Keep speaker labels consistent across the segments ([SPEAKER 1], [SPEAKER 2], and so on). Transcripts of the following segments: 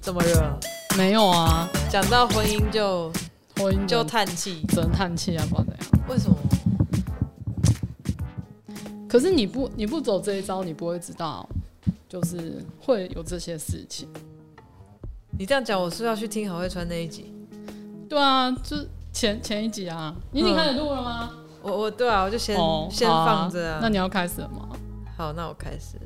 [SPEAKER 1] 怎么了？
[SPEAKER 2] 没有啊，
[SPEAKER 1] 讲到婚姻就
[SPEAKER 2] 婚姻
[SPEAKER 1] 就
[SPEAKER 2] 就
[SPEAKER 1] 叹气，
[SPEAKER 2] 只能叹气啊，不然怎样？
[SPEAKER 1] 为什么？
[SPEAKER 2] 可是你不你不走这一招，你不会知道，就是会有这些事情。
[SPEAKER 1] 你这样讲，我是要去听郝慧川那一集。
[SPEAKER 2] 对啊，就是前前一集啊，你已经开始录了吗？
[SPEAKER 1] 我我对啊，我就先、
[SPEAKER 2] 哦，
[SPEAKER 1] 先
[SPEAKER 2] 好啊
[SPEAKER 1] 放着啊
[SPEAKER 2] 那你要开始了吗？
[SPEAKER 1] 好，那我开始。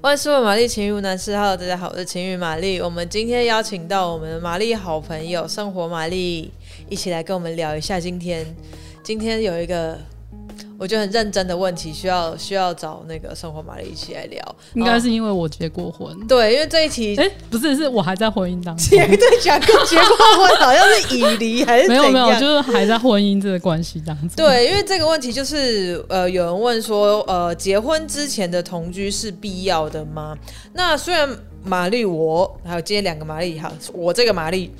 [SPEAKER 1] 万事问玛丽情欲无难事，Hello，大家好，我是情欲玛丽。我们今天邀请到我们的玛丽好朋友生活玛丽，一起来跟我们聊一下今天。今天有一个我觉得很认真的问题，需要需要找那个生活玛丽一起来聊。
[SPEAKER 2] 应该
[SPEAKER 1] 哦
[SPEAKER 2] 是因为我结过婚。
[SPEAKER 1] 对，因为这一题
[SPEAKER 2] 哎、不是，是我还在婚姻 当中。
[SPEAKER 1] 前对讲跟结过婚好像是以离还是
[SPEAKER 2] 没有
[SPEAKER 1] 怎
[SPEAKER 2] 没有，
[SPEAKER 1] 样
[SPEAKER 2] 就是还在婚姻这个关系当中。，
[SPEAKER 1] 对，因为这个问题就是，呃，有人问说，呃，结婚之前的同居是必要的吗？那虽然玛丽我还有今天两个玛丽哈，我这个玛丽，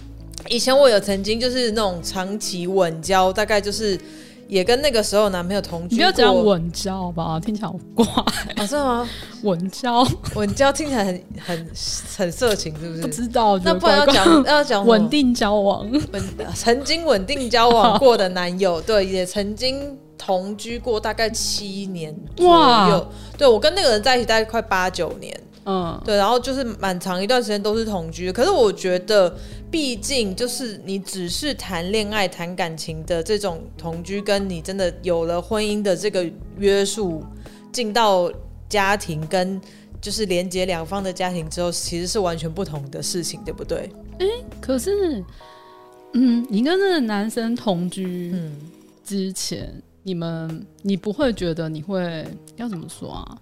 [SPEAKER 1] 以前我有曾经就是那种长期稳交，大概就是也跟那个时候男朋友同居
[SPEAKER 2] 你不
[SPEAKER 1] 过。
[SPEAKER 2] 要讲稳交好不好？听起来好怪。
[SPEAKER 1] 哦，真的吗？
[SPEAKER 2] 稳交
[SPEAKER 1] 稳交听起来很很很色情，是不是？
[SPEAKER 2] 不知道，
[SPEAKER 1] 那
[SPEAKER 2] 觉得
[SPEAKER 1] 不然要
[SPEAKER 2] 怪怪
[SPEAKER 1] 讲要讲什么
[SPEAKER 2] 稳定交往。
[SPEAKER 1] 稳 曾经稳定交往过的男友， 对，也曾经同居过大概七年左
[SPEAKER 2] 哇
[SPEAKER 1] 右。对我跟那个人在一起大概快八九年，
[SPEAKER 2] 嗯，
[SPEAKER 1] 对，然后就是蛮长一段时间都是同居。可是我觉得，毕竟就是你只是谈恋爱、谈感情的这种同居，跟你真的有了婚姻的这个约束，进到家庭跟就是连接两方的家庭之后，其实是完全不同的事情，对不对？
[SPEAKER 2] 可是，嗯，你跟那个男生同居
[SPEAKER 1] 嗯。
[SPEAKER 2] 之前，你们你不会觉得你会要怎么说啊？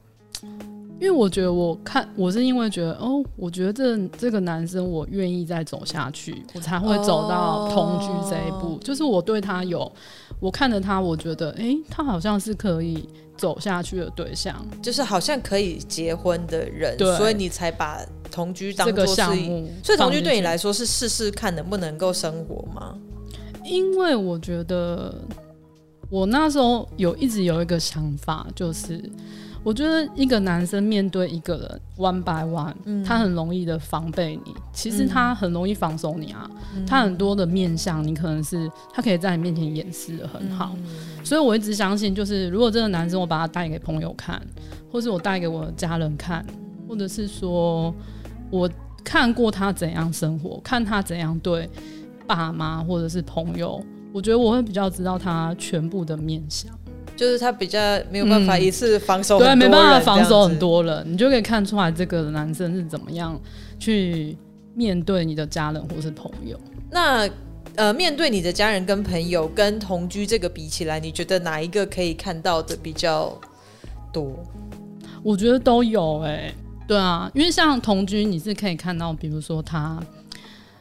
[SPEAKER 2] 因为我觉得我看我是因为觉得哦，我觉得这这个男生我愿意再走下去，我才会走到同居这一
[SPEAKER 1] 哦
[SPEAKER 2] 步。就是我对他有，我看着他，我觉得诶，他好像是可以走下去的对象，
[SPEAKER 1] 就是好像可以结婚的人，
[SPEAKER 2] 对
[SPEAKER 1] 所以你才把同居当
[SPEAKER 2] 这
[SPEAKER 1] 做
[SPEAKER 2] 个
[SPEAKER 1] 是。
[SPEAKER 2] 项目。
[SPEAKER 1] 所以同居对你
[SPEAKER 2] 来。
[SPEAKER 1] 来说是试试看能不能够生活吗？
[SPEAKER 2] 因为我觉得我那时候有一直有一个想法，就是我觉得一个男生面对一个人 one by one，、他
[SPEAKER 1] 嗯
[SPEAKER 2] 很容易的防备你，其实他很容易防守你啊，他很多的面相，你可能是他可以在你面前掩饰的很好。所以我一直相信，就是如果这个男生我把他带给朋友看，或是我带给我的家人看，或者是说我看过他怎样生活，看他怎样对爸妈或者是朋友，我觉得我会比较知道他全部的面相。
[SPEAKER 1] 就是他比较没有办法
[SPEAKER 2] 嗯
[SPEAKER 1] 一次防守很多
[SPEAKER 2] 对，
[SPEAKER 1] 人、
[SPEAKER 2] 没办法防守很
[SPEAKER 1] 这样
[SPEAKER 2] 多人，你就可以看出来这个男生是怎么样去面对你的家人或是朋友。
[SPEAKER 1] 子。那呃，面对你的家人跟朋友跟同居这个比起来，你觉得哪一个可以看到的比较多？
[SPEAKER 2] 我觉得都有哎、对啊，因为像同居，你是可以看到，比如说他，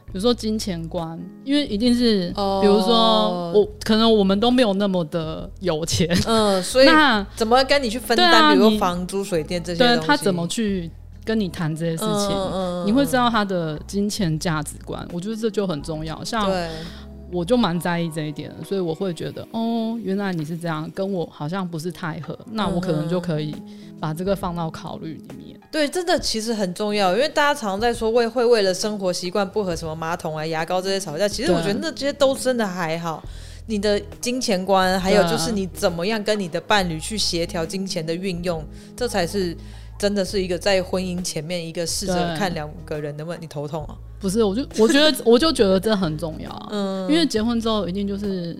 [SPEAKER 2] 比如说金钱观，因为一定是，
[SPEAKER 1] 哦
[SPEAKER 2] 嗯比如说我可能我们都没有那么的有钱，
[SPEAKER 1] 嗯，所以
[SPEAKER 2] 那
[SPEAKER 1] 怎么跟你去分
[SPEAKER 2] 对
[SPEAKER 1] 担？
[SPEAKER 2] 啊
[SPEAKER 1] 比如说
[SPEAKER 2] 你
[SPEAKER 1] 房租、水电这些东
[SPEAKER 2] 对
[SPEAKER 1] 西，
[SPEAKER 2] 他怎么去跟你谈这些事情，
[SPEAKER 1] 嗯
[SPEAKER 2] 你会知道他的金钱价值观，我觉得这就很重要。像
[SPEAKER 1] 对，
[SPEAKER 2] 我就蛮在意这一点的，所以我会觉得，哦，原来你是这样，跟我好像不是太合，那我可能就可以把这个放到考虑里面。
[SPEAKER 1] 对，真的其实很重要，因为大家常常在说为会为了生活习惯不合，什么马桶啊、牙膏这些吵架。其实
[SPEAKER 2] 对啊
[SPEAKER 1] 我觉得那这些都真的还好。你的金钱观，还有
[SPEAKER 2] 对啊
[SPEAKER 1] 就是你怎么样跟你的伴侣去协调金钱的运用，这才是真的是一个在婚姻前面一个试着
[SPEAKER 2] 对
[SPEAKER 1] 看两个人能不能你头痛啊？
[SPEAKER 2] 不是，我就我 觉得我就觉得这很重要啊，
[SPEAKER 1] 嗯
[SPEAKER 2] 因为结婚之后一定就是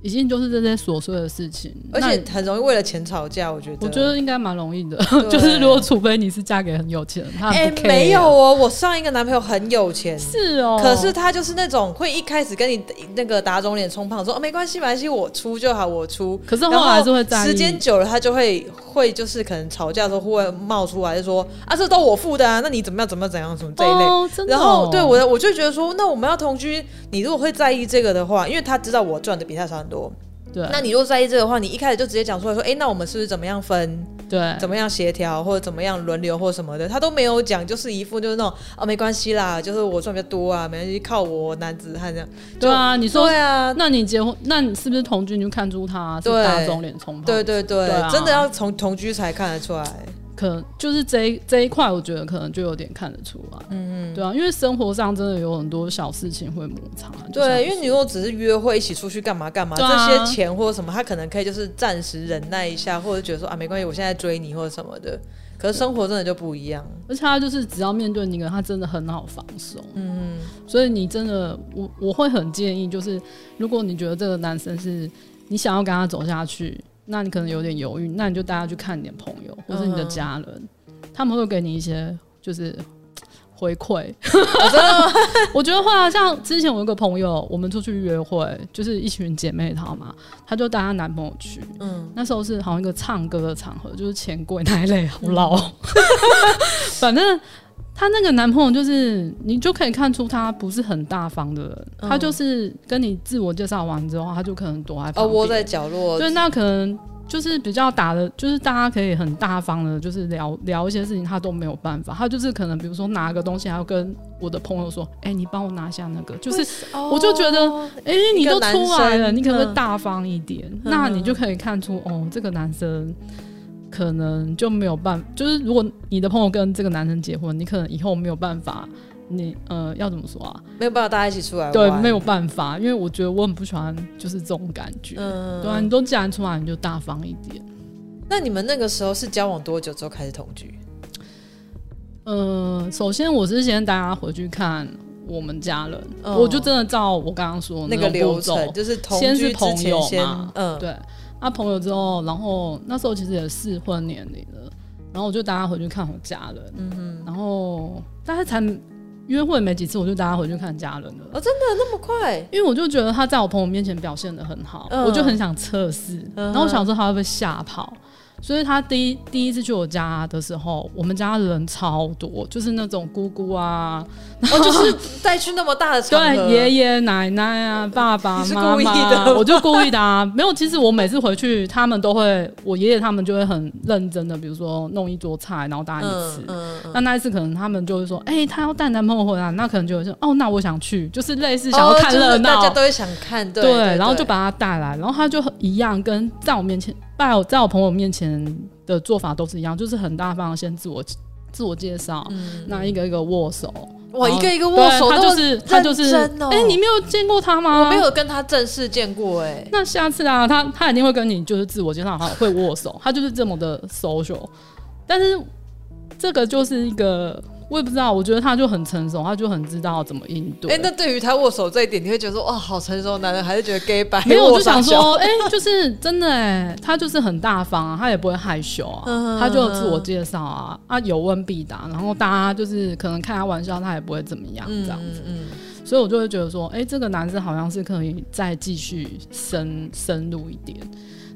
[SPEAKER 2] 一定就是这些琐碎的事情，
[SPEAKER 1] 而
[SPEAKER 2] 那
[SPEAKER 1] 且很容易为了钱吵架，我觉得。
[SPEAKER 2] 我觉得应该蛮容易的，
[SPEAKER 1] 对
[SPEAKER 2] 就是如果除非你是嫁给很有钱人，他
[SPEAKER 1] 哎、
[SPEAKER 2] 很不 care 啊
[SPEAKER 1] 没有哦，我上一个男朋友很有钱，
[SPEAKER 2] 是哦，
[SPEAKER 1] 可是他就是那种会一开始跟你那个打肿脸充胖子，说、哦、没关系，没关系，我出就好，我出。
[SPEAKER 2] 可是
[SPEAKER 1] 然
[SPEAKER 2] 后
[SPEAKER 1] 后
[SPEAKER 2] 来是会在意
[SPEAKER 1] 时间久了，他就会会就是可能吵架的时候会冒出来，就说啊，这都我付的啊，那你怎么样怎么样怎样什么这一类。
[SPEAKER 2] 哦，真的
[SPEAKER 1] 然
[SPEAKER 2] 哦
[SPEAKER 1] 后对我的我就觉得说，那我们要同居，你如果会在意这个的话，因为他知道我赚的比他少很多，
[SPEAKER 2] 对
[SPEAKER 1] 那你如果在意这个的话，你一开始就直接讲出来说，哎，那我们是不是怎么样分？
[SPEAKER 2] 对
[SPEAKER 1] 怎么样协调或者怎么样轮流或什么的，他都没有讲，就是一副就是那种啊没关系啦，就是我赚比较多啊，没关系，靠我男子汉这样。
[SPEAKER 2] 对啊，你说
[SPEAKER 1] 对啊，
[SPEAKER 2] 那你结婚，那你是不是同居你就看出他是
[SPEAKER 1] 对
[SPEAKER 2] 大肿脸充胖？
[SPEAKER 1] 对对对，
[SPEAKER 2] 对啊
[SPEAKER 1] 真的要从同居才看得出来。
[SPEAKER 2] 可就是这一这一块，我觉得可能就有点看得出来，嗯嗯，对啊，因为生活上真的有很多小事情会摩擦，就像
[SPEAKER 1] 对，因为你如果只是约会一起出去干嘛干嘛，
[SPEAKER 2] 对啊
[SPEAKER 1] 这些钱或者什么，他可能可以就是暂时忍耐一下，或者觉得说啊没关系，我现在追你或者什么的。可是生活真的就不一样，嗯
[SPEAKER 2] 而且他就是只要面对你，他真的很好放松。嗯，所以你真的，我我会很建议，就是如果你觉得这个男生是你想要跟他走下去，那你可能有点犹豫，那你就带他去看你的朋友或是你的家
[SPEAKER 1] 嗯
[SPEAKER 2] 人，他们会给你一些就是。回馈，
[SPEAKER 1] 哦
[SPEAKER 2] 我觉得会啊。像之前我有个朋友，我们出去约会，就是一群姐妹淘嘛，她就带她男朋友去，
[SPEAKER 1] 嗯，
[SPEAKER 2] 那时候是好像一个唱歌的场合，就是钱柜那一类，好老。
[SPEAKER 1] 嗯
[SPEAKER 2] 反正她那个男朋友就是，你就可以看出他不是很大方的人，
[SPEAKER 1] 嗯
[SPEAKER 2] 他就是跟你自我介绍完之后，他就可能躲在
[SPEAKER 1] 哦，
[SPEAKER 2] 旁
[SPEAKER 1] 窝
[SPEAKER 2] 边，
[SPEAKER 1] 在角落，
[SPEAKER 2] 对，那可能。就是比较打的，就是大家可以很大方的，就是聊聊一些事情，他都没有办法。他就是可能，比如说拿个东西，还要跟我的朋友说：“哎、你帮我拿下那个。”就是我就觉得
[SPEAKER 1] 哦
[SPEAKER 2] 哎、你都
[SPEAKER 1] 一
[SPEAKER 2] 出
[SPEAKER 1] 个
[SPEAKER 2] 来
[SPEAKER 1] 男
[SPEAKER 2] 了，
[SPEAKER 1] 生
[SPEAKER 2] 你可不可以
[SPEAKER 1] 嗯
[SPEAKER 2] 大方一点？那你就可以看出，哦，这个男生可能就没有办就是如果你的朋友跟这个男生结婚，你可能以后没有办法，你呃要怎么说啊？
[SPEAKER 1] 没有办法大家一起出来玩，
[SPEAKER 2] 对，没有办法，因为我觉得我很不喜欢就是这种感觉。
[SPEAKER 1] 嗯，
[SPEAKER 2] 对啊，你都既然出来，你就大方一点。
[SPEAKER 1] 那你们那个时候是交往多久之后开始同居？
[SPEAKER 2] 呃，首先我是先带他回去看我们家人，
[SPEAKER 1] 嗯
[SPEAKER 2] 我就真的照我刚刚说的
[SPEAKER 1] 那
[SPEAKER 2] 哦个
[SPEAKER 1] 个
[SPEAKER 2] 步
[SPEAKER 1] 流
[SPEAKER 2] 骤
[SPEAKER 1] 程就是同
[SPEAKER 2] 先
[SPEAKER 1] 居
[SPEAKER 2] 是
[SPEAKER 1] 之
[SPEAKER 2] 朋
[SPEAKER 1] 前
[SPEAKER 2] 友
[SPEAKER 1] 先
[SPEAKER 2] 嘛，
[SPEAKER 1] 嗯，
[SPEAKER 2] 对，那朋友之后，然后那时候其实也适婚年龄了，然后我就带他回去看我家人，嗯哼，然后大概才约会没几次，我就带他回去看家人了，
[SPEAKER 1] 哦，真的那么 快？
[SPEAKER 2] 因为我就觉得他在我朋友面前表现的很好，
[SPEAKER 1] 嗯
[SPEAKER 2] 我就很想测试，然后我想说他会不会吓跑。所以他第一第一次去我家的时候，我们家人超多，就是那种姑姑啊，
[SPEAKER 1] 哦，就是带去那么大的场合，
[SPEAKER 2] 对爷爷奶奶啊、爸爸
[SPEAKER 1] 你是
[SPEAKER 2] 妈
[SPEAKER 1] 故意
[SPEAKER 2] 妈
[SPEAKER 1] 的
[SPEAKER 2] 啊，
[SPEAKER 1] 吗
[SPEAKER 2] 我就故意的啊。 没有，其实我每次回去，他们都会，我爷爷他们就会很认真的，比如说弄一桌菜，然后大家一起吃。
[SPEAKER 1] 嗯嗯
[SPEAKER 2] 那那一次可能他们就会说，哎、他要带男朋友回来，那可能就会说，哦，那我想去，就是类似想要看热
[SPEAKER 1] 哦就是大
[SPEAKER 2] 闹，
[SPEAKER 1] 家都会想看，对，
[SPEAKER 2] 对
[SPEAKER 1] 对
[SPEAKER 2] 然后就把他带来，然后他就一样跟在我面前，在我在我朋友面前的做法都是一样，就是很大方，先自我自我介绍，那一个一个握手，
[SPEAKER 1] 哇，
[SPEAKER 2] 然后
[SPEAKER 1] 一个一个嗯握手，
[SPEAKER 2] 对他
[SPEAKER 1] 那
[SPEAKER 2] 就
[SPEAKER 1] 么
[SPEAKER 2] 是啊他就是，
[SPEAKER 1] 认真哦
[SPEAKER 2] 哎、你没有见过他吗？
[SPEAKER 1] 我没。有跟他正式见过，哎，
[SPEAKER 2] 那下次啊，他他一定会跟你就是自我介绍，好会握手，他就是这么的 social。但是这个就是一个，我也不知道，我觉得他就很成熟，他就很知道怎么应对。
[SPEAKER 1] 哎、那对于他握手这一点，你会觉得说哇，好成熟的男人，还是觉得 gay 白？
[SPEAKER 2] 没有，我
[SPEAKER 1] 握
[SPEAKER 2] 就
[SPEAKER 1] 把
[SPEAKER 2] 想
[SPEAKER 1] 小，
[SPEAKER 2] 说，哎、就是真的、哎，他就是很大方啊，他也不会害羞啊，
[SPEAKER 1] 嗯
[SPEAKER 2] 他就自我介绍啊，啊有问必答，然后大家就是可能开他玩笑，他也不会怎么样
[SPEAKER 1] 嗯
[SPEAKER 2] 这样子，所以我就会觉得说，哎、这个男生好像是可以再继续深深入一点。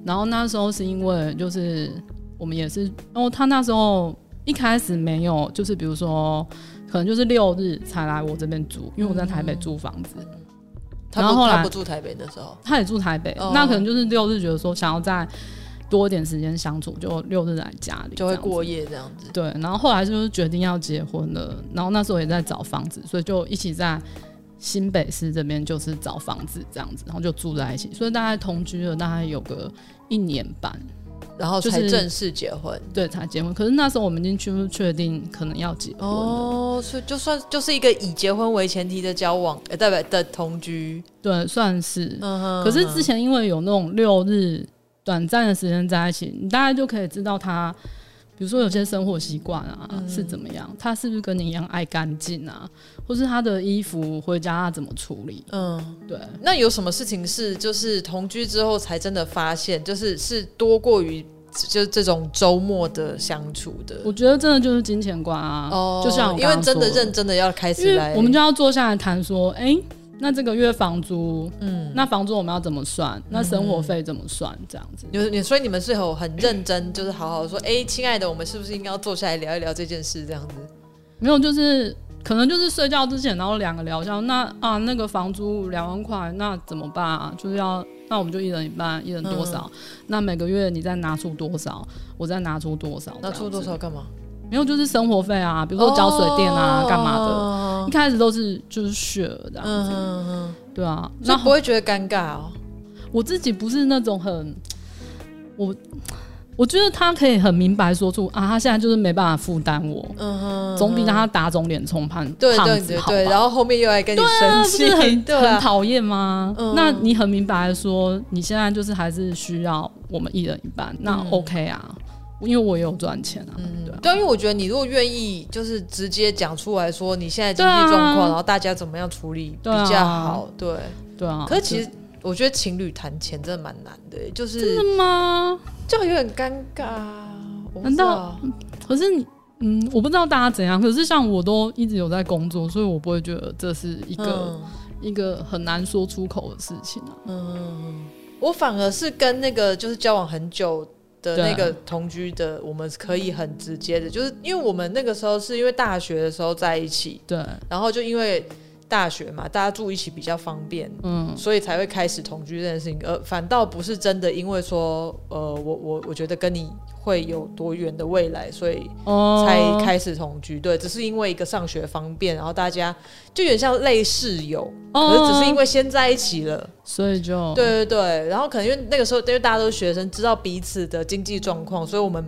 [SPEAKER 2] 然后那时候是因为就是我们也是，然后他那时候一开始没有，就是比如说可能就是六日才来我这边住，因为我在台
[SPEAKER 1] 嗯
[SPEAKER 2] 北租房子，
[SPEAKER 1] 他
[SPEAKER 2] 然后
[SPEAKER 1] 不
[SPEAKER 2] 后来
[SPEAKER 1] 他不住台北的时候，
[SPEAKER 2] 他也住台北，
[SPEAKER 1] 哦
[SPEAKER 2] 那可能就是六日觉得说想要再多一点时间相处，就六日来家里
[SPEAKER 1] 就会过
[SPEAKER 2] 夜。
[SPEAKER 1] 夜这样子。
[SPEAKER 2] 对，然后后来就是决定要结婚了，然后那时候也在找房子，所以就一起在新北市这边就是找房子这样子，然后就住在一起，所以大概同居了大概有个一年半，
[SPEAKER 1] 然后才
[SPEAKER 2] 就是
[SPEAKER 1] 正式结婚。
[SPEAKER 2] 对，才结婚。可是那时候我们已经确确定可能要结婚了，
[SPEAKER 1] 哦，所以就算就是一个以结婚为前提的交往，呃，代表的同居，
[SPEAKER 2] 对，算是。
[SPEAKER 1] 嗯哼
[SPEAKER 2] 可是之前因为有那种六日短暂的时间在一起，你大概就可以知道他，比如说有些生活习惯啊、
[SPEAKER 1] 嗯
[SPEAKER 2] 是怎么样，他是不是跟你一样爱干净啊，或是他的衣服回家他怎么处理？
[SPEAKER 1] 嗯，
[SPEAKER 2] 对，
[SPEAKER 1] 那有什么事情是就是同居之后才真的发现，就是是多过于就是这种周末的相处的？
[SPEAKER 2] 我觉得真的就是金钱观啊，
[SPEAKER 1] 哦，
[SPEAKER 2] 嗯就像我
[SPEAKER 1] 因为
[SPEAKER 2] 刚刚
[SPEAKER 1] 真的
[SPEAKER 2] 说
[SPEAKER 1] 认真的要开
[SPEAKER 2] 因
[SPEAKER 1] 始来，
[SPEAKER 2] 为我们就要坐下来谈说，哎、那这个月房租，嗯，那房租我们要怎么算？
[SPEAKER 1] 嗯
[SPEAKER 2] 那生活费怎么算？这样子。
[SPEAKER 1] 你们你所以你们是有很认真，就是好好说，哎、亲爱的，我们是不是应该要坐下来聊一聊这件事？这样子，
[SPEAKER 2] 没有，就是可能就是睡觉之前，然后两个聊一下，那啊那个房租两万块，那怎么办啊？就是要那我们就一人一半，一人多少？
[SPEAKER 1] 嗯
[SPEAKER 2] 那每个月你再拿出多少，我再拿出多少，
[SPEAKER 1] 那出多
[SPEAKER 2] 这样
[SPEAKER 1] 少干嘛？
[SPEAKER 2] 子？没有，就是生活费啊，比如说交水电啊，
[SPEAKER 1] 哦
[SPEAKER 2] 干、嘛的。一开始都是就是 share 这样
[SPEAKER 1] 嗯
[SPEAKER 2] 子，
[SPEAKER 1] 嗯嗯，
[SPEAKER 2] 对啊。
[SPEAKER 1] 所
[SPEAKER 2] 那
[SPEAKER 1] 以不会觉得尴尬哦。
[SPEAKER 2] 我自己不是那种很，我我觉得他可以很明白说出啊，他现在就是没办法负担我，
[SPEAKER 1] 嗯哼，
[SPEAKER 2] 总比让他打肿脸充胖
[SPEAKER 1] 对
[SPEAKER 2] 胖
[SPEAKER 1] 对
[SPEAKER 2] 子
[SPEAKER 1] 对
[SPEAKER 2] 好
[SPEAKER 1] 对，
[SPEAKER 2] 吧
[SPEAKER 1] 然后后面又来跟你
[SPEAKER 2] 对啊
[SPEAKER 1] 生
[SPEAKER 2] 不
[SPEAKER 1] 气
[SPEAKER 2] 是，很
[SPEAKER 1] 对
[SPEAKER 2] 很
[SPEAKER 1] 啊，
[SPEAKER 2] 讨厌吗？
[SPEAKER 1] 嗯
[SPEAKER 2] 那你很明白地说，你现在就是还是需要我们一人一半，那
[SPEAKER 1] 嗯
[SPEAKER 2] OK 啊，因为我也有赚钱啊，对啊。
[SPEAKER 1] 对啊，因为我觉得你如果愿意，就是直接讲出来说你现在经
[SPEAKER 2] 对
[SPEAKER 1] 济
[SPEAKER 2] 啊
[SPEAKER 1] 状况，然后大家怎么样处理比
[SPEAKER 2] 对啊
[SPEAKER 1] 较好，对。
[SPEAKER 2] 对啊，
[SPEAKER 1] 可是其
[SPEAKER 2] 就
[SPEAKER 1] 实我觉得情侣谈钱真的蛮难的，就是
[SPEAKER 2] 真的吗？
[SPEAKER 1] 就有点尴尬。啊我不
[SPEAKER 2] 难
[SPEAKER 1] 知
[SPEAKER 2] 道
[SPEAKER 1] 道？
[SPEAKER 2] 可是你，嗯，我不知道大家怎样，可是像我都一直有在工作，所以我不会觉得这是一
[SPEAKER 1] 嗯
[SPEAKER 2] 个、一个很难说出口的事情啊。
[SPEAKER 1] 我反而是跟那个就是交往很久的
[SPEAKER 2] 对啊
[SPEAKER 1] 那个同居的，我们可以很直接的，就是因为我们那个时候是因为大学的时候在一起，
[SPEAKER 2] 对，
[SPEAKER 1] 然后就因为大学嘛，大家住一起比较方便，
[SPEAKER 2] 嗯，
[SPEAKER 1] 所以才会开始同居这件事情，呃，反倒不是真的因为说，呃，我我我觉得跟你会有多远的未来，所以
[SPEAKER 2] 哦，
[SPEAKER 1] 才开始同居。对，只是因为一个上学方便，然后大家就有点像类室友，可是只是因
[SPEAKER 2] 为，
[SPEAKER 1] 为先在一起了。
[SPEAKER 2] 哦所以就
[SPEAKER 1] 对对对，然后可能因为那个时候，因为大家都是学生，知道彼此的经济状况，所以我们。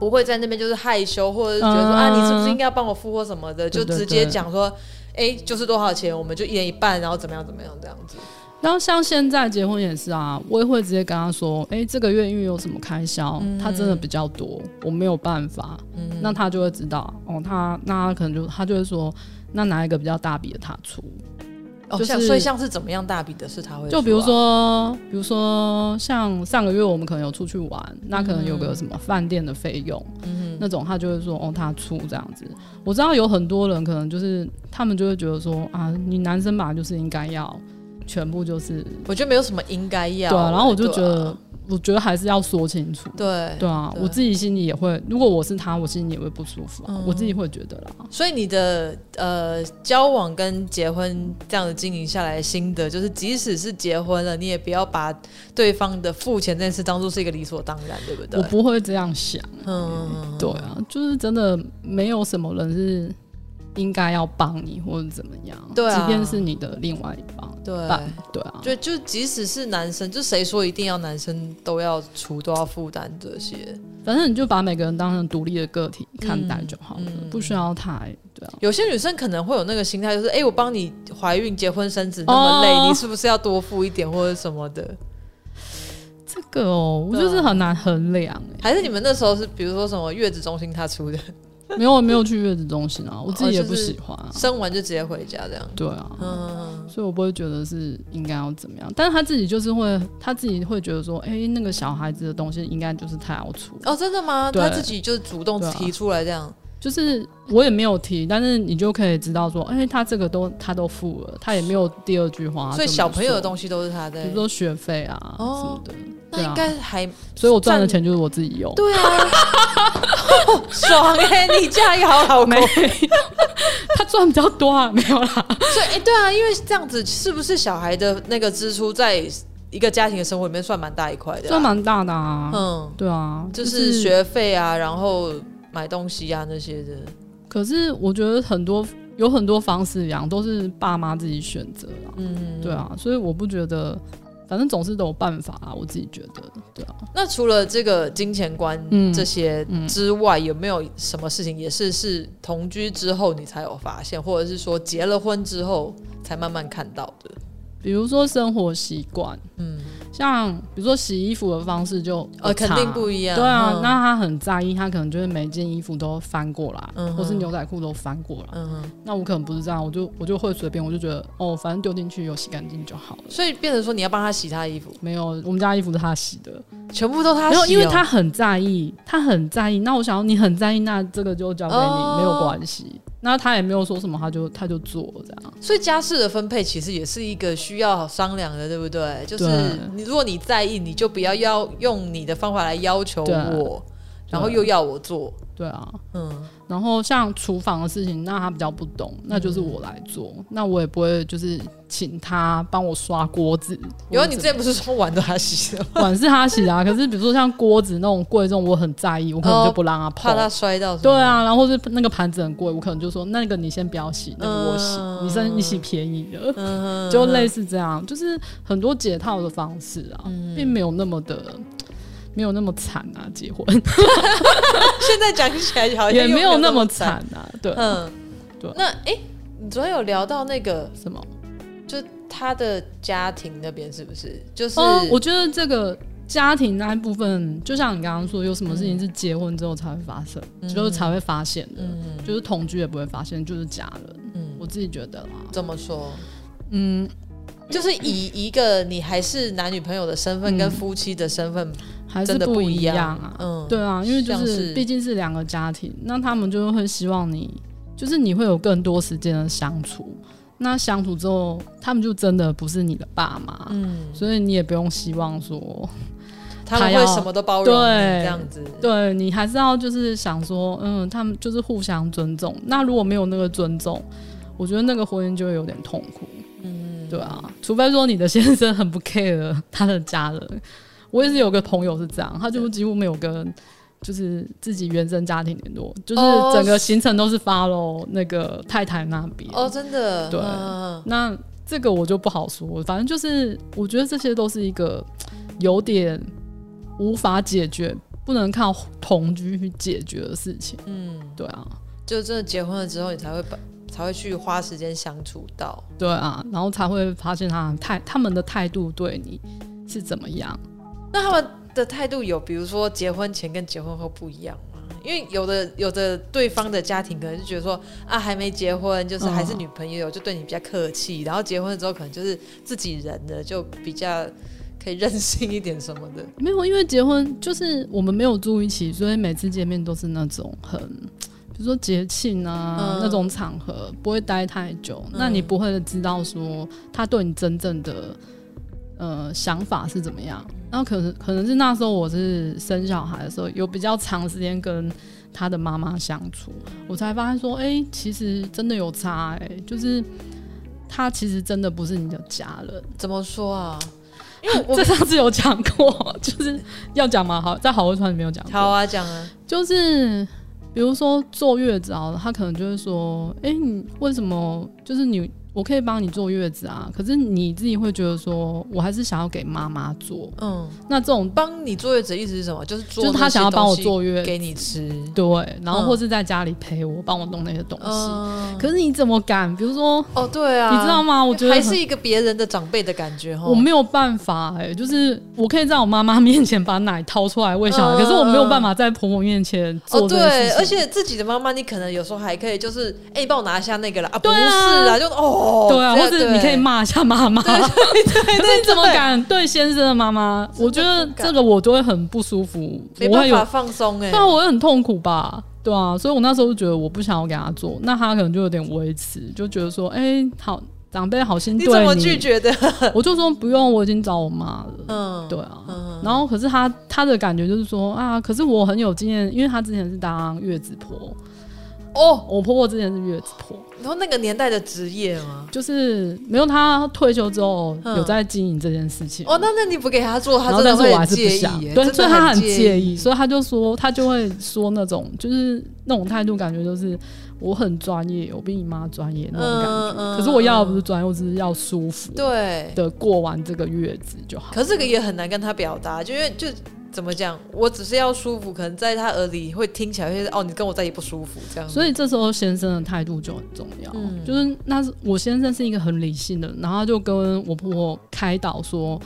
[SPEAKER 1] 不会在那边就是害羞，或者是觉得说、
[SPEAKER 2] 嗯
[SPEAKER 1] 啊，你是不是应该要帮我付或什么的，
[SPEAKER 2] 对
[SPEAKER 1] 就
[SPEAKER 2] 对
[SPEAKER 1] 直接
[SPEAKER 2] 对
[SPEAKER 1] 讲说，哎、就是多少钱，我们就一人一半，然后怎么样怎么样这样子。
[SPEAKER 2] 然后像现在结婚也是啊，我也会直接跟他说，哎、这个月因为有什么开销，他真的比较多，我没有办法，嗯
[SPEAKER 1] 嗯
[SPEAKER 2] 那他就会知道，哦，他那他可能就他就会说，那哪一个比较大笔的他出，
[SPEAKER 1] 哦，
[SPEAKER 2] 就
[SPEAKER 1] 像
[SPEAKER 2] 是
[SPEAKER 1] 所以像是怎么样大笔的事他会、啊
[SPEAKER 2] 就比如，说，比如说像上个月我们可能有出去玩，那可能有个什么饭店的费用，那种他就会说哦他出这样子。我知道有很多人可能就是他们就会觉得说啊，你男生吧就是应该要全部就是
[SPEAKER 1] 我觉得没有什么应该要。
[SPEAKER 2] 对啊，然后我就觉
[SPEAKER 1] 对
[SPEAKER 2] 得，
[SPEAKER 1] 啊
[SPEAKER 2] 我觉得还是要说清楚。
[SPEAKER 1] 对
[SPEAKER 2] 对啊，
[SPEAKER 1] 对
[SPEAKER 2] 我自己心里也会，如果我是他，我心里也会不舒服、啊，
[SPEAKER 1] 嗯
[SPEAKER 2] 我自己会觉得啦。
[SPEAKER 1] 所以你的呃交往跟结婚这样的经营下来的心得，就是即使是结婚了，你也不要把对方的付钱这件事当做是一个理所当然，对不对
[SPEAKER 2] 我？不会这样想，啊
[SPEAKER 1] 嗯，
[SPEAKER 2] 对啊，就是真的没有什么人是应该要帮你或者怎么样，
[SPEAKER 1] 对啊
[SPEAKER 2] 即便是你的另外一方，
[SPEAKER 1] 对。
[SPEAKER 2] 伴，对啊，
[SPEAKER 1] 就就即使是男生，就谁说一定要男生都要出都要负担这些？
[SPEAKER 2] 反正你就把每个人当成独立的个体看待就
[SPEAKER 1] 嗯
[SPEAKER 2] 好了，不需要太对啊。
[SPEAKER 1] 有些女生可能会有那个心态，就是哎、诶我帮你怀孕、结婚、生子那么累，
[SPEAKER 2] 哦
[SPEAKER 1] 你是不是要多付一点或者什么的？
[SPEAKER 2] 这个哦，我就是很难衡量哎、
[SPEAKER 1] 还是你们那时候是比如说什么月子中心他出的，
[SPEAKER 2] 哦没有没有去月子中心啊，我自
[SPEAKER 1] 哦
[SPEAKER 2] 己也
[SPEAKER 1] 就
[SPEAKER 2] 不
[SPEAKER 1] 是
[SPEAKER 2] 喜欢啊，
[SPEAKER 1] 生完就直接回家这样？
[SPEAKER 2] 对啊，
[SPEAKER 1] 嗯，
[SPEAKER 2] 所以我不会觉得是应该要怎么样，但是他自己就是会，他自己会觉得说，哎、那个小孩子的东西应该就是他要出，
[SPEAKER 1] 哦，真的吗？
[SPEAKER 2] 对
[SPEAKER 1] 他自己就是主动
[SPEAKER 2] 对啊
[SPEAKER 1] 提出来这样，
[SPEAKER 2] 就是我也没有提，但是你就可以知道说，哎、他这个都他都付了，他也没有第二句话，
[SPEAKER 1] 所以小朋友的东
[SPEAKER 2] 西，
[SPEAKER 1] 西都是他在
[SPEAKER 2] 比如。说学费啊、
[SPEAKER 1] 哦
[SPEAKER 2] 什么的，
[SPEAKER 1] 那
[SPEAKER 2] 对啊
[SPEAKER 1] 应该 还
[SPEAKER 2] 所以我赚的钱就是我自己用，
[SPEAKER 1] 对啊，爽哎、你嫁一个好老公
[SPEAKER 2] 没。 他赚比较多啊，没有啦，
[SPEAKER 1] 所以哎、对啊，因为这样子是不是小孩的那个支出在一个家庭的生活里面算蛮大一块的、啊
[SPEAKER 2] 赚，蛮大的啊，
[SPEAKER 1] 嗯，
[SPEAKER 2] 对啊，
[SPEAKER 1] 就是学费啊，然后买东西啊那些的。
[SPEAKER 2] 可是我觉得很多有很多方式养都是爸妈自己选择啦，
[SPEAKER 1] 嗯，
[SPEAKER 2] 对啊，所以我不觉得，反正总是都有办法啊，我自己觉得，对啊，
[SPEAKER 1] 那除了这个金钱观
[SPEAKER 2] 嗯
[SPEAKER 1] 这些之外，有没有什么事情也是是同居之后你才有发现，或者是说结了婚之后才慢慢看到的？
[SPEAKER 2] 比如说生活习惯，嗯，像比如说洗衣服的方式就
[SPEAKER 1] 呃，肯定不
[SPEAKER 2] 一
[SPEAKER 1] 一样。
[SPEAKER 2] 对啊，
[SPEAKER 1] 嗯
[SPEAKER 2] 那他很在意，他可能就是每件衣服都翻过来，
[SPEAKER 1] 嗯哼
[SPEAKER 2] 或是牛仔裤都翻过来。
[SPEAKER 1] 嗯哼，
[SPEAKER 2] 那我可能不是这样，我就我就会随便，我就觉得哦，反正丢进去有洗干净就好了。
[SPEAKER 1] 所以变成说你要帮他洗他的衣服，
[SPEAKER 2] 没有，我们家衣服是他洗的，
[SPEAKER 1] 全部都他
[SPEAKER 2] 没
[SPEAKER 1] 洗、
[SPEAKER 2] 有，
[SPEAKER 1] 哦，
[SPEAKER 2] 因为他很在意，他很在意。那我想要你很在意，那这个就交给你，
[SPEAKER 1] 哦
[SPEAKER 2] 没有关系。那他也没有说什么，他就他就做这样。
[SPEAKER 1] 所以家事的分配其实也是一个需要商量的，对不对？就是
[SPEAKER 2] 对
[SPEAKER 1] 你如果你在意，你就不要要用你的方法来要求
[SPEAKER 2] 对啊
[SPEAKER 1] 我，然后又要我做。
[SPEAKER 2] 对啊，
[SPEAKER 1] 嗯，
[SPEAKER 2] 然后像厨房的事情，那他比较不懂，那就是我来做，
[SPEAKER 1] 嗯
[SPEAKER 2] 那我也不会就是请他帮我刷锅子。
[SPEAKER 1] 有啊，你
[SPEAKER 2] 或
[SPEAKER 1] 之
[SPEAKER 2] 者
[SPEAKER 1] 前不是说碗都他洗的吗？
[SPEAKER 2] 怎么碗是他洗的、啊，可是比如说像锅子那种贵重，我很在意，我可能
[SPEAKER 1] 哦
[SPEAKER 2] 就不让他碰。
[SPEAKER 1] 怕他摔到什么。
[SPEAKER 2] 对啊，然后是那个盘子很贵，我可能就说那个你先不要洗，那个我洗，
[SPEAKER 1] 嗯
[SPEAKER 2] 你先你洗便宜的。
[SPEAKER 1] 嗯哼，嗯
[SPEAKER 2] 就类似这样，就是很多解套的方式啊，并没有那么的没有那么惨啊，结婚
[SPEAKER 1] 现在讲起来好像
[SPEAKER 2] 也
[SPEAKER 1] 又
[SPEAKER 2] 没
[SPEAKER 1] 没
[SPEAKER 2] 有那
[SPEAKER 1] 那
[SPEAKER 2] 么
[SPEAKER 1] 惨。
[SPEAKER 2] 惨啊，对，
[SPEAKER 1] 嗯，
[SPEAKER 2] 对
[SPEAKER 1] 那哎、诶你昨天有聊到那个，
[SPEAKER 2] 什么？
[SPEAKER 1] 就他的家庭那边是不是？就是、
[SPEAKER 2] 哦，我觉得这个家庭那一部分，就像你刚刚说，有什么事情是结婚之后才会发生，
[SPEAKER 1] 嗯
[SPEAKER 2] 就是才会发现的，就是同居也不会发现，就是家人。
[SPEAKER 1] 嗯，
[SPEAKER 2] 我自己觉得啦，
[SPEAKER 1] 怎么说？
[SPEAKER 2] 嗯，
[SPEAKER 1] 就是以一个你还是男女朋友的身份
[SPEAKER 2] 嗯
[SPEAKER 1] 跟夫妻的身份，
[SPEAKER 2] 还是
[SPEAKER 1] 真的不
[SPEAKER 2] 一
[SPEAKER 1] 一
[SPEAKER 2] 样
[SPEAKER 1] 样
[SPEAKER 2] 啊。
[SPEAKER 1] 嗯，
[SPEAKER 2] 对啊，因为就
[SPEAKER 1] 像
[SPEAKER 2] 是
[SPEAKER 1] 是
[SPEAKER 2] 毕竟是两个家庭，那他们就会希望你，就是你会有更多时间的相处。那相处之后，他们就真的不是你的爸妈，
[SPEAKER 1] 嗯，
[SPEAKER 2] 所以你也不用希望说，
[SPEAKER 1] 他
[SPEAKER 2] 还
[SPEAKER 1] 们
[SPEAKER 2] 要
[SPEAKER 1] 会什么都包容你
[SPEAKER 2] 对
[SPEAKER 1] 这样子。
[SPEAKER 2] 对你还是要就是想说，嗯，他们就是互相尊重。那如果没有那个尊重，我觉得那个婚姻就会有点痛苦。嗯，对啊，除非说你的先生很不 care 他的家人。我也是有个朋友是这样，他就几乎没有跟就是自己原生家庭联络，就是
[SPEAKER 1] 哦
[SPEAKER 2] 整个行程都是 follow 那个太太那边。
[SPEAKER 1] 哦，真的，
[SPEAKER 2] 对
[SPEAKER 1] 嗯
[SPEAKER 2] 那这个我就不好说，反正就是我觉得这些都是一个有点无法解决、不能靠同居去解决的事情。
[SPEAKER 1] 嗯，
[SPEAKER 2] 对啊，
[SPEAKER 1] 就真的结婚了之后，你才会把才会去花时间相处到。
[SPEAKER 2] 对啊，然后才会发现他的态他们的态度对你是怎么样。
[SPEAKER 1] 那他们的态度有，比如说结婚前跟结婚后不一样吗？因为有的有的对方的家庭可能就觉得说啊还没结婚，就是还是女朋友，就对你比较客气。然后结婚之后，可能就是自己人了，就比较可以任性一点什么的。
[SPEAKER 2] 没有，因为结婚就是我们没有住一起，所以每次见面都是那种很，比如说节庆啊、
[SPEAKER 1] 嗯
[SPEAKER 2] 那种场合，不会待太久。那你不会知道说他对你真正的呃想法是怎么样。然后可能可能是那时候我是生小孩的时候，有比较长时间跟他的妈妈相处，我才发现说，哎、其实真的有差、欸，哎，就是他其实真的不是你的家人。
[SPEAKER 1] 怎么说啊？因为我
[SPEAKER 2] 这上次有讲过， 就是要讲嘛，好，在好味川里面有讲
[SPEAKER 1] 好
[SPEAKER 2] 过，
[SPEAKER 1] 啊讲啊，
[SPEAKER 2] 就是比如说坐月子啊，他可能就会说，哎、你为什么就是你，我可以帮你坐月子啊，可是你自己会觉得说，我还是想要给妈妈做，
[SPEAKER 1] 嗯，
[SPEAKER 2] 那这种
[SPEAKER 1] 帮你坐月子的意思是什么？就是
[SPEAKER 2] 就
[SPEAKER 1] 做
[SPEAKER 2] 是他想要帮我坐月
[SPEAKER 1] 那些东西
[SPEAKER 2] 子，
[SPEAKER 1] 给你吃
[SPEAKER 2] 对，然后
[SPEAKER 1] 嗯
[SPEAKER 2] 或是在家里陪我，帮我弄那些东西，
[SPEAKER 1] 嗯，
[SPEAKER 2] 可是你怎么敢？比如说，
[SPEAKER 1] 哦对啊，
[SPEAKER 2] 你知道吗？我觉得
[SPEAKER 1] 还
[SPEAKER 2] 很
[SPEAKER 1] 是一个别人的长辈的感觉哈。
[SPEAKER 2] 我没有办法哎、就是我可以在我妈妈面前把奶掏出来喂小孩，
[SPEAKER 1] 嗯
[SPEAKER 2] 可是我没有办法在婆婆面前做
[SPEAKER 1] 哦，
[SPEAKER 2] 这件
[SPEAKER 1] 对，
[SPEAKER 2] 事
[SPEAKER 1] 而
[SPEAKER 2] 情。
[SPEAKER 1] 且自己的妈妈，你可能有时候还可以就是，哎、你帮我拿一下那个啦，啊，不
[SPEAKER 2] 对
[SPEAKER 1] 是
[SPEAKER 2] 啊
[SPEAKER 1] 啊，就哦，
[SPEAKER 2] 对啊，
[SPEAKER 1] 这
[SPEAKER 2] 或者你可以，骂一下妈妈，可
[SPEAKER 1] 对
[SPEAKER 2] 是你怎么？
[SPEAKER 1] 对对
[SPEAKER 2] 敢对先生的妈妈？我觉得这个我就会很不舒服，
[SPEAKER 1] 没
[SPEAKER 2] 我会
[SPEAKER 1] 办
[SPEAKER 2] 有
[SPEAKER 1] 法，放松哎、
[SPEAKER 2] 对啊，我会很痛苦吧，对啊，所以我那时候就觉得我不想要给他做，那他可能就有点维持，就觉得说，哎、好，长辈好心
[SPEAKER 1] 你怎
[SPEAKER 2] 对
[SPEAKER 1] 么拒 绝的？
[SPEAKER 2] 我就说不用，我已经找我妈了，
[SPEAKER 1] 嗯，
[SPEAKER 2] 对啊，
[SPEAKER 1] 嗯
[SPEAKER 2] 然后可是他他的感觉就是说啊，可是我很有经验，因为他之前是当月子婆，
[SPEAKER 1] 哦，
[SPEAKER 2] 我婆婆之前是月子婆，
[SPEAKER 1] 然后那个年代的职业吗？
[SPEAKER 2] 就是没有他退休之后
[SPEAKER 1] 嗯
[SPEAKER 2] 有在经营这件事情。
[SPEAKER 1] 哦，那那你不给他做，他
[SPEAKER 2] 嗯然后，
[SPEAKER 1] 真
[SPEAKER 2] 但
[SPEAKER 1] 的
[SPEAKER 2] 是我
[SPEAKER 1] 会
[SPEAKER 2] 还是不
[SPEAKER 1] 介
[SPEAKER 2] 想
[SPEAKER 1] 意、，欸，
[SPEAKER 2] 对，
[SPEAKER 1] 真
[SPEAKER 2] 所
[SPEAKER 1] 的
[SPEAKER 2] 以他很介
[SPEAKER 1] 介
[SPEAKER 2] 意，。所以他就说，他就会说那种，就是那种态度，感觉就是我很专业，我比你妈专业那种感觉。
[SPEAKER 1] 嗯嗯
[SPEAKER 2] 可是我要的不是专业，我只是要舒服
[SPEAKER 1] 对，
[SPEAKER 2] 的过完这个月子就好。
[SPEAKER 1] 可是这个也很难跟他表达，就因为就怎么讲，我只是要舒服，可能在他耳里会听起来会哦，你跟我在一起不舒服这样子。
[SPEAKER 2] 所以这时候先生的态度就很重要，
[SPEAKER 1] 嗯
[SPEAKER 2] 就是那是我先生是一个很理性的人，然后他就跟我婆婆开导说，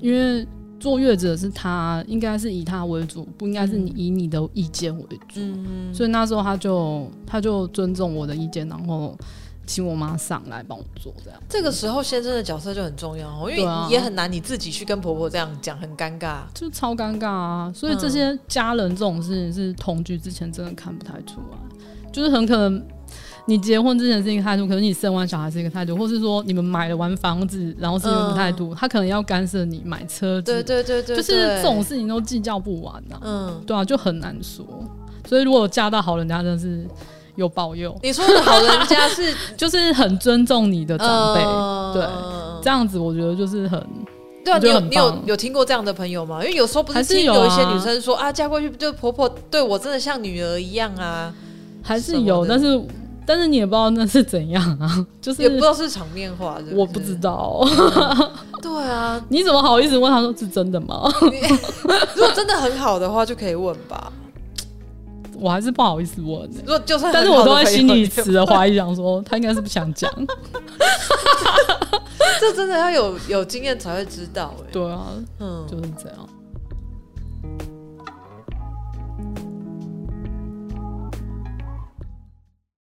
[SPEAKER 2] 因为坐月子的是他，应该是以他为主，不应该是你以你的意见为主，
[SPEAKER 1] 嗯，
[SPEAKER 2] 所以那时候他就他就尊重我的意见，然后请我妈上来帮我做这样。
[SPEAKER 1] 这个时候先生的角色就很重要哦，因
[SPEAKER 2] 对啊
[SPEAKER 1] 为也很难你自己去跟婆婆这样讲，很尴尬。
[SPEAKER 2] 就超尴尬啊！所以这
[SPEAKER 1] 嗯
[SPEAKER 2] 些家人这种事情是同居之前真的看不太出来，就是很可能你结婚之前是一个态度，可是你生完小孩是一个态度，或是说你们买了完房子，然后是一个态度，他可能要干涉你买车
[SPEAKER 1] 嗯
[SPEAKER 2] 子，
[SPEAKER 1] 对对对对，
[SPEAKER 2] 就是这种，事情都计较不完啊，
[SPEAKER 1] 嗯，
[SPEAKER 2] 对啊，就很难说。所以如果嫁到好人家，真的是有保佑，
[SPEAKER 1] 你说的好人家 是
[SPEAKER 2] 就是很尊重你的长辈，
[SPEAKER 1] 嗯
[SPEAKER 2] 对
[SPEAKER 1] 对
[SPEAKER 2] 这样子我觉得就是很
[SPEAKER 1] 对啊，
[SPEAKER 2] 我觉
[SPEAKER 1] 你
[SPEAKER 2] 得
[SPEAKER 1] 有
[SPEAKER 2] 很
[SPEAKER 1] 你有
[SPEAKER 2] 棒
[SPEAKER 1] 有听过这样的朋友吗？因为有时候不
[SPEAKER 2] 还
[SPEAKER 1] 是
[SPEAKER 2] 是
[SPEAKER 1] 听
[SPEAKER 2] 有
[SPEAKER 1] 有一些
[SPEAKER 2] 啊
[SPEAKER 1] 女生说啊，嫁过去就婆婆对我真的像女儿一样啊，
[SPEAKER 2] 还
[SPEAKER 1] 什
[SPEAKER 2] 是
[SPEAKER 1] 么
[SPEAKER 2] 有，
[SPEAKER 1] 的
[SPEAKER 2] 但是但是你也不知道那是怎样啊，就是
[SPEAKER 1] 也不知道是场面话，是是
[SPEAKER 2] 我不知。道，
[SPEAKER 1] 对啊，
[SPEAKER 2] 你怎么好意思问他说是真的吗？
[SPEAKER 1] 如果真的很好的话，就可以问吧。
[SPEAKER 2] 我还是不好意思问、欸
[SPEAKER 1] 如，果就算
[SPEAKER 2] 但
[SPEAKER 1] 很
[SPEAKER 2] 是
[SPEAKER 1] 好
[SPEAKER 2] 我
[SPEAKER 1] 的
[SPEAKER 2] 都
[SPEAKER 1] 朋友，
[SPEAKER 2] 在心里 死了怀疑，想说他应该是不想讲。
[SPEAKER 1] 这真的要有有经验才会知道哎、
[SPEAKER 2] 对啊，
[SPEAKER 1] 嗯，
[SPEAKER 2] 就是这样。